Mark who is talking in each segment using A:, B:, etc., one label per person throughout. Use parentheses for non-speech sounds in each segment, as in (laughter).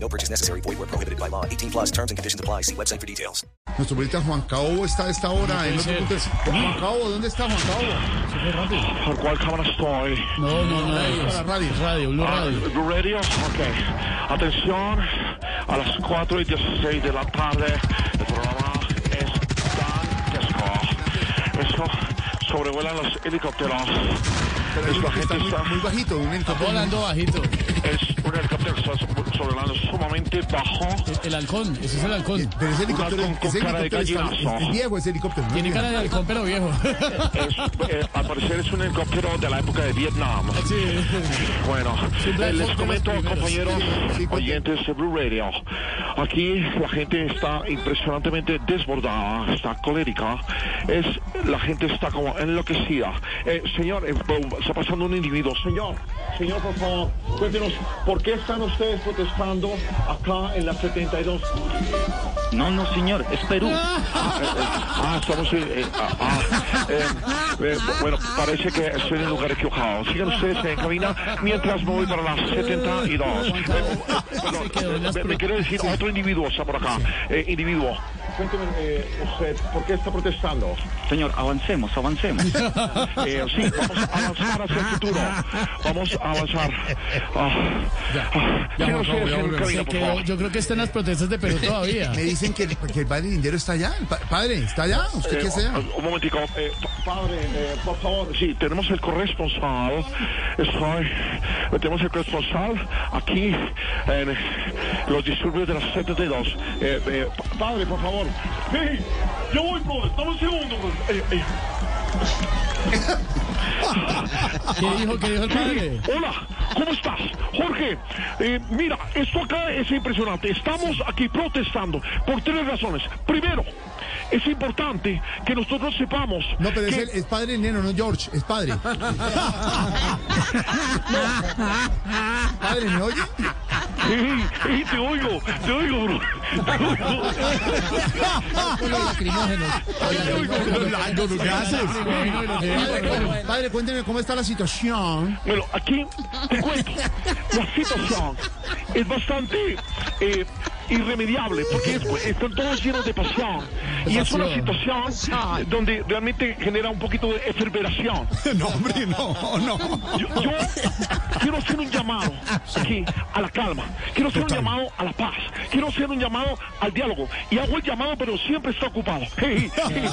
A: No purchase necessary. Void where prohibited by law. 18 plus terms and conditions apply. See website for details.
B: Nuestro periodista Juan Cabo está a esta hora en otro punto. Juan Cabo, ¿dónde está Juan Cabo?
C: ¿Por cuál cámara estoy?
B: No, no, no, es para radio, radio, Blue
C: Ah,
B: Radio.
C: Blue Radio, ok. Atención, a las 4 y 16 de la tarde, el programa es Dantesco. Esto sobrevuelan los helicópteros. Es la
B: Está
C: gente
B: muy,
C: está,
B: muy bajito, un helicóptero.
D: Volando bajito.
C: es un helicóptero que está so- sobrevolando sumamente bajo.
D: El halcón, ese es el halcón.
B: Pero ese helicóptero,
C: Una con-
B: ese
C: con cara de
B: helicóptero está,
C: gallinazo.
B: es- es viejo, ese helicóptero. ¿no?
D: Tiene cara de halcón, pero viejo.
C: Es, eh, al parecer es un helicóptero de la época de Vietnam.
D: (laughs) Sí.
C: Bueno,
D: Siempre
C: eh, les
D: son de los
C: comento,
D: primeros.
C: compañeros
B: Sí, cuente.
C: oyentes de Blue Radio, aquí la gente está impresionantemente desbordada, está colérica, es la gente está como enloquecida. Eh, señor, eh, está pasando un individuo. Señor, señor, por favor, cuéntenos, ¿por qué están ustedes protestando acá en la 72?
E: No, no, señor, es Perú.
C: Ah, estamos en... eh, ah, ah, eh, eh, bueno, parece que estoy en el lugar equivocado. Sigan ustedes en cabina mientras me voy para las 72. Eh,
D: Se quedó en
C: perdón, eh,
D: las
C: me, me
D: pro-
C: quiere decir otro individuo está por acá. Eh, individuo. Cuénteme eh, usted, ¿por qué está protestando?
E: Señor, avancemos,
C: (laughs)
E: avancemos.
C: Eh, sí, vamos a avanzar hacia el futuro. Vamos a avanzar. Ah, ah,
B: ya,
C: sigan
B: por favor,
C: ustedes
B: ya
C: en
B: volvemos.
D: Se
C: cabina, por
D: quedó,
C: favor.
D: yo creo que está en las protestas de Perú
B: (laughs)
D: todavía.
B: Me dicen que, que el padre Lindero está allá. El pa- padre, ¿está allá? ¿Usted qué
C: Eh,
B: sea?
C: Un momentico, eh, pa- padre, eh, por favor. Sí, tenemos el corresponsal. Estoy, tenemos el corresponsal aquí en los disturbios de las 72. Eh, eh, pa- padre, por favor. Sí, yo voy, bro. Dame un segundo, bro. Eh, eh,
D: ¿Qué dijo, qué dijo el padre?
C: Hola, ¿cómo estás? Jorge, eh, mira, esto acá es impresionante. Estamos aquí protestando por tres razones. Primero, es importante que nosotros sepamos
B: No, pero es,
C: que
B: el, es padre Lindero, no George, es padre. ¿Padre, me oye?
C: Ey, ey, te oigo, te oigo, bro. Te oigo. Te oigo.
D: Ah,
B: Gracias. Padre, Padre, cuénteme cómo está la situación.
C: Bueno, aquí te cuento. La situación es bastante eh, irremediable porque es- pues, están todos llenos de pasión. Y es una situación donde realmente genera un poquito de eferveración.
B: No, hombre, no, no.
C: Yo, yo quiero hacer un llamado aquí a la calma, quiero hacer un
B: Total.
C: llamado a la paz, quiero hacer un llamado al diálogo. Y hago el llamado, pero siempre está ocupado. Ey, ey, tú sabes.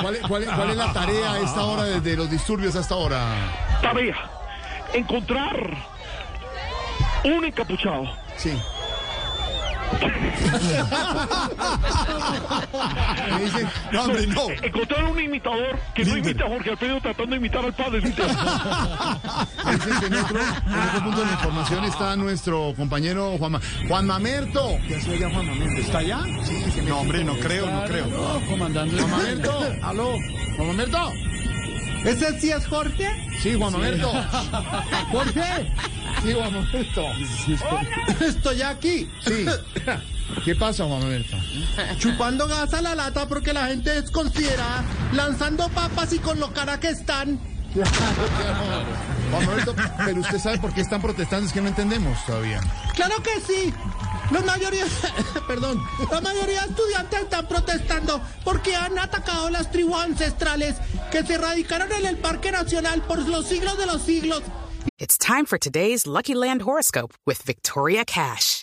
B: ¿Cuál, es- cuál, es- cuál es la tarea a esta hora, desde los disturbios hasta ahora?
C: tarea, encontrar un encapuchado
B: (laughs) Sí. Me dicen, no, hombre, no.
C: encontrar un imitador que no imite a Jorge Alfredo tratando de imitar al padre. ¿viste?
B: Dicen que en otro, en otro punto de la información está nuestro compañero Juan, Ma- Juan Mamerto. ¿Qué hace allá Juan Mamerto? ¿Está allá? Sí, No, hombre, no creo, no creo.
D: No, comandante.
B: Juan Mamerto, aló, Juan Mamerto.
F: ¿Ese sí es Jorge?
B: Sí, Juan Mamerto.
F: ¡Jorge!
B: Sí, Juan Mamerto.
F: Estoy aquí
B: Sí. ¿Qué pasa, Juan Mamerto?
F: chupando gas a la lata porque la gente desconsidera, lanzando papas y con lo cara que están.
B: Juan Mamerto, pero usted sabe por qué están protestando, es que no entendemos todavía.
F: ¡Claro que sí! La mayoría, (laughs) perdón, la mayoría de estudiantes están protestando porque han atacado las tribus ancestrales que se radicaron en el Parque Nacional por los siglos de los siglos.
G: It's time for today's Lucky Land horoscope with Victoria Cash.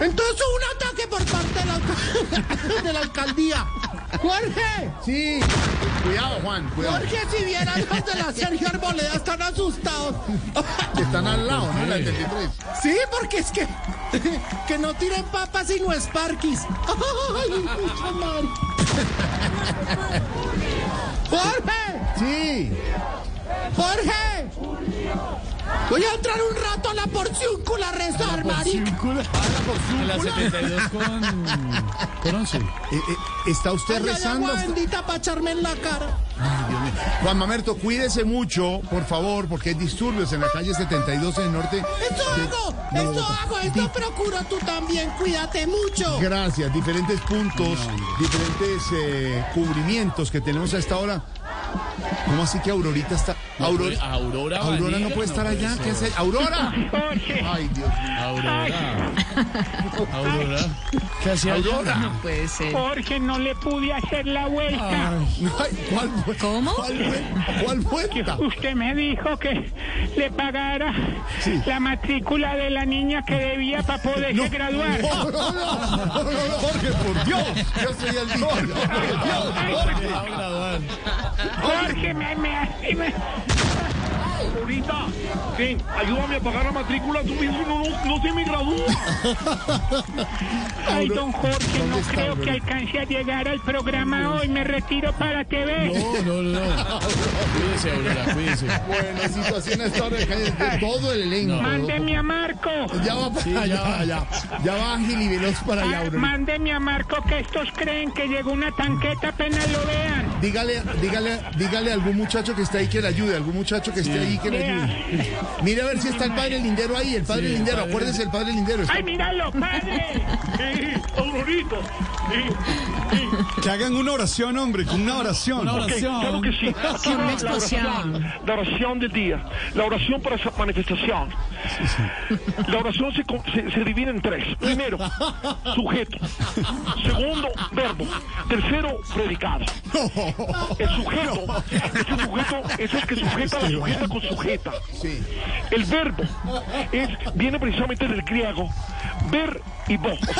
F: Entonces hubo un ataque por parte de la, de la alcaldía. ¡Jorge!
B: Sí. Cuidado, Juan. Cuidado.
F: Jorge, si vieran los de la Sergio Arboleda están asustados. (laughs)
B: Que están al lado, ¿no? La 73.
F: Sí, porque es que (laughs) que no tiren papas sino Sparkies. (laughs) Ay, mucha madre. Jorge,
B: Sí.
F: Jorge. Voy a entrar un rato a la porciúncula a rezar, marica.
D: Porciúncula. En la 72 con, con 11.
B: Eh, eh, ¿Está usted
F: Ay, ay,
B: rezando?
F: agua bendita para echarme en la cara.
B: Juan Mamerto, cuídese mucho, por favor, porque hay disturbios en la calle 72 en el norte.
F: Esto hago, esto hago, esto procuro tú también. Cuídate mucho.
B: Gracias, diferentes puntos, diferentes eh, cubrimientos que tenemos a esta hora. ¿Cómo así que Aurorita está? Aurora,
D: Aurora
B: Aurora no
D: Vanega,
B: puede estar allá.
D: puede
B: ¿Qué
D: ser.
B: hace? ¡Aurora! (laughs) Ay, Dios mío.
D: Aurora. Aurora. ¿Qué hacía pues,
B: Aurora.
D: Aurora?
H: Puede ser.
C: Porque no le pude hacer la
B: Ah.
C: vuelta.
B: Ay, ¿Cuál fue?
H: ¿Cómo?
B: ¿Cuál, fue? ¿Cuál vuelta?
C: Usted me dijo que le pagara
B: Sí.
C: la matrícula de la niña que debía para poderse graduar.
B: No, no, no, no, no, Jorge, por Dios. Yo soy el niño. Dios, Jorge.
C: Jorge, me, me, me... Ahorita, sí, ayúdame a pagar la matrícula, tú mismo no, no, no se me gradúa. Ay, don Jorge, no
B: está
C: creo que
B: Aurora?
C: alcance a llegar al programa hoy, me retiro para TV.
D: No, no, no, no. Cuídese, Aurora, cuídese.
B: Bueno, situación a esta hora de calle de todo el elenco.
C: Mándeme a Marco,
B: Ya va para allá, ya, ya, va ágil y veloz para allá,
C: Ah,
B: Aurora.
C: mándeme a Marco que estos creen que llegó una tanqueta apenas lo vean.
B: Dígale, dígale, dígale a algún muchacho que está ahí que le ayude, algún muchacho que esté ahí que le ayude. Mire a ver si está el padre Lindero ahí, el padre
D: Sí, el
B: Lindero,
D: padre-
B: acuérdese el padre Lindero.
C: ¡Ay, míralo, padre! Sí, Aurorito. Sí, sí.
B: Que hagan una oración, hombre, con una oración.
D: Una oración.
C: Claro que sí. Aquí
H: Una
C: va
H: explosión.
C: La oración, la oración del día. La oración para esa manifestación. La oración se, co- se- se divide en tres. Primero, sujeto. Segundo, verbo. Tercero, predicado. El sujeto es el sujeto, es el que sujeta a la sujeta con sujeta.
B: Sí.
C: El verbo es, viene precisamente del griego ver y vos. O sea,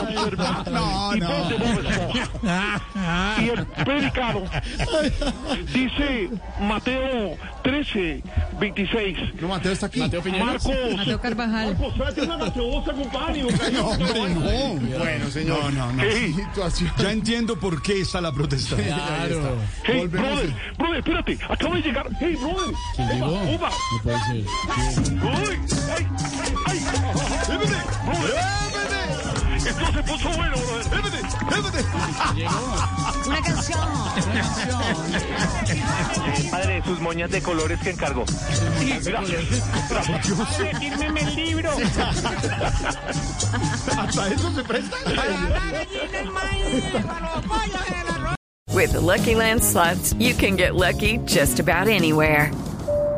C: ver de observar
B: No,
C: y
B: no.
C: vos de Bob Esponja. Y el predicado dice Mateo 13, 26.
B: No, Mateo está aquí.
D: Mateo Piñeros.
C: Marcos.
H: Mateo Carvajal.
C: Marcos, saca una gaseosa, compadre, porque
B: No,
C: ahí-
B: hombre, no. Bueno, señor. No, no,
C: Sí.
B: Situación. Ya entiendo por qué está la protesta.
D: Claro.
C: Hey,
B: Volvemos.
C: brother, brother, espérate, acabo de llegar. Hey, brother.
D: ¿Quién llegó?
C: Upa, upa.
D: No puede ser.
C: ¡Uy! ¡Ay! ¡Ay! ¡Épete! ¡Épete! Esto se puso bueno, brother. ¡Épete! ¡Épete!
H: Una canción.
E: Padre, sus moñas de colores que encargó.
C: ¡Fírmeme el libro!
B: ¿Hasta eso se presta?
I: With the Lucky Land slots, you can get lucky just about anywhere.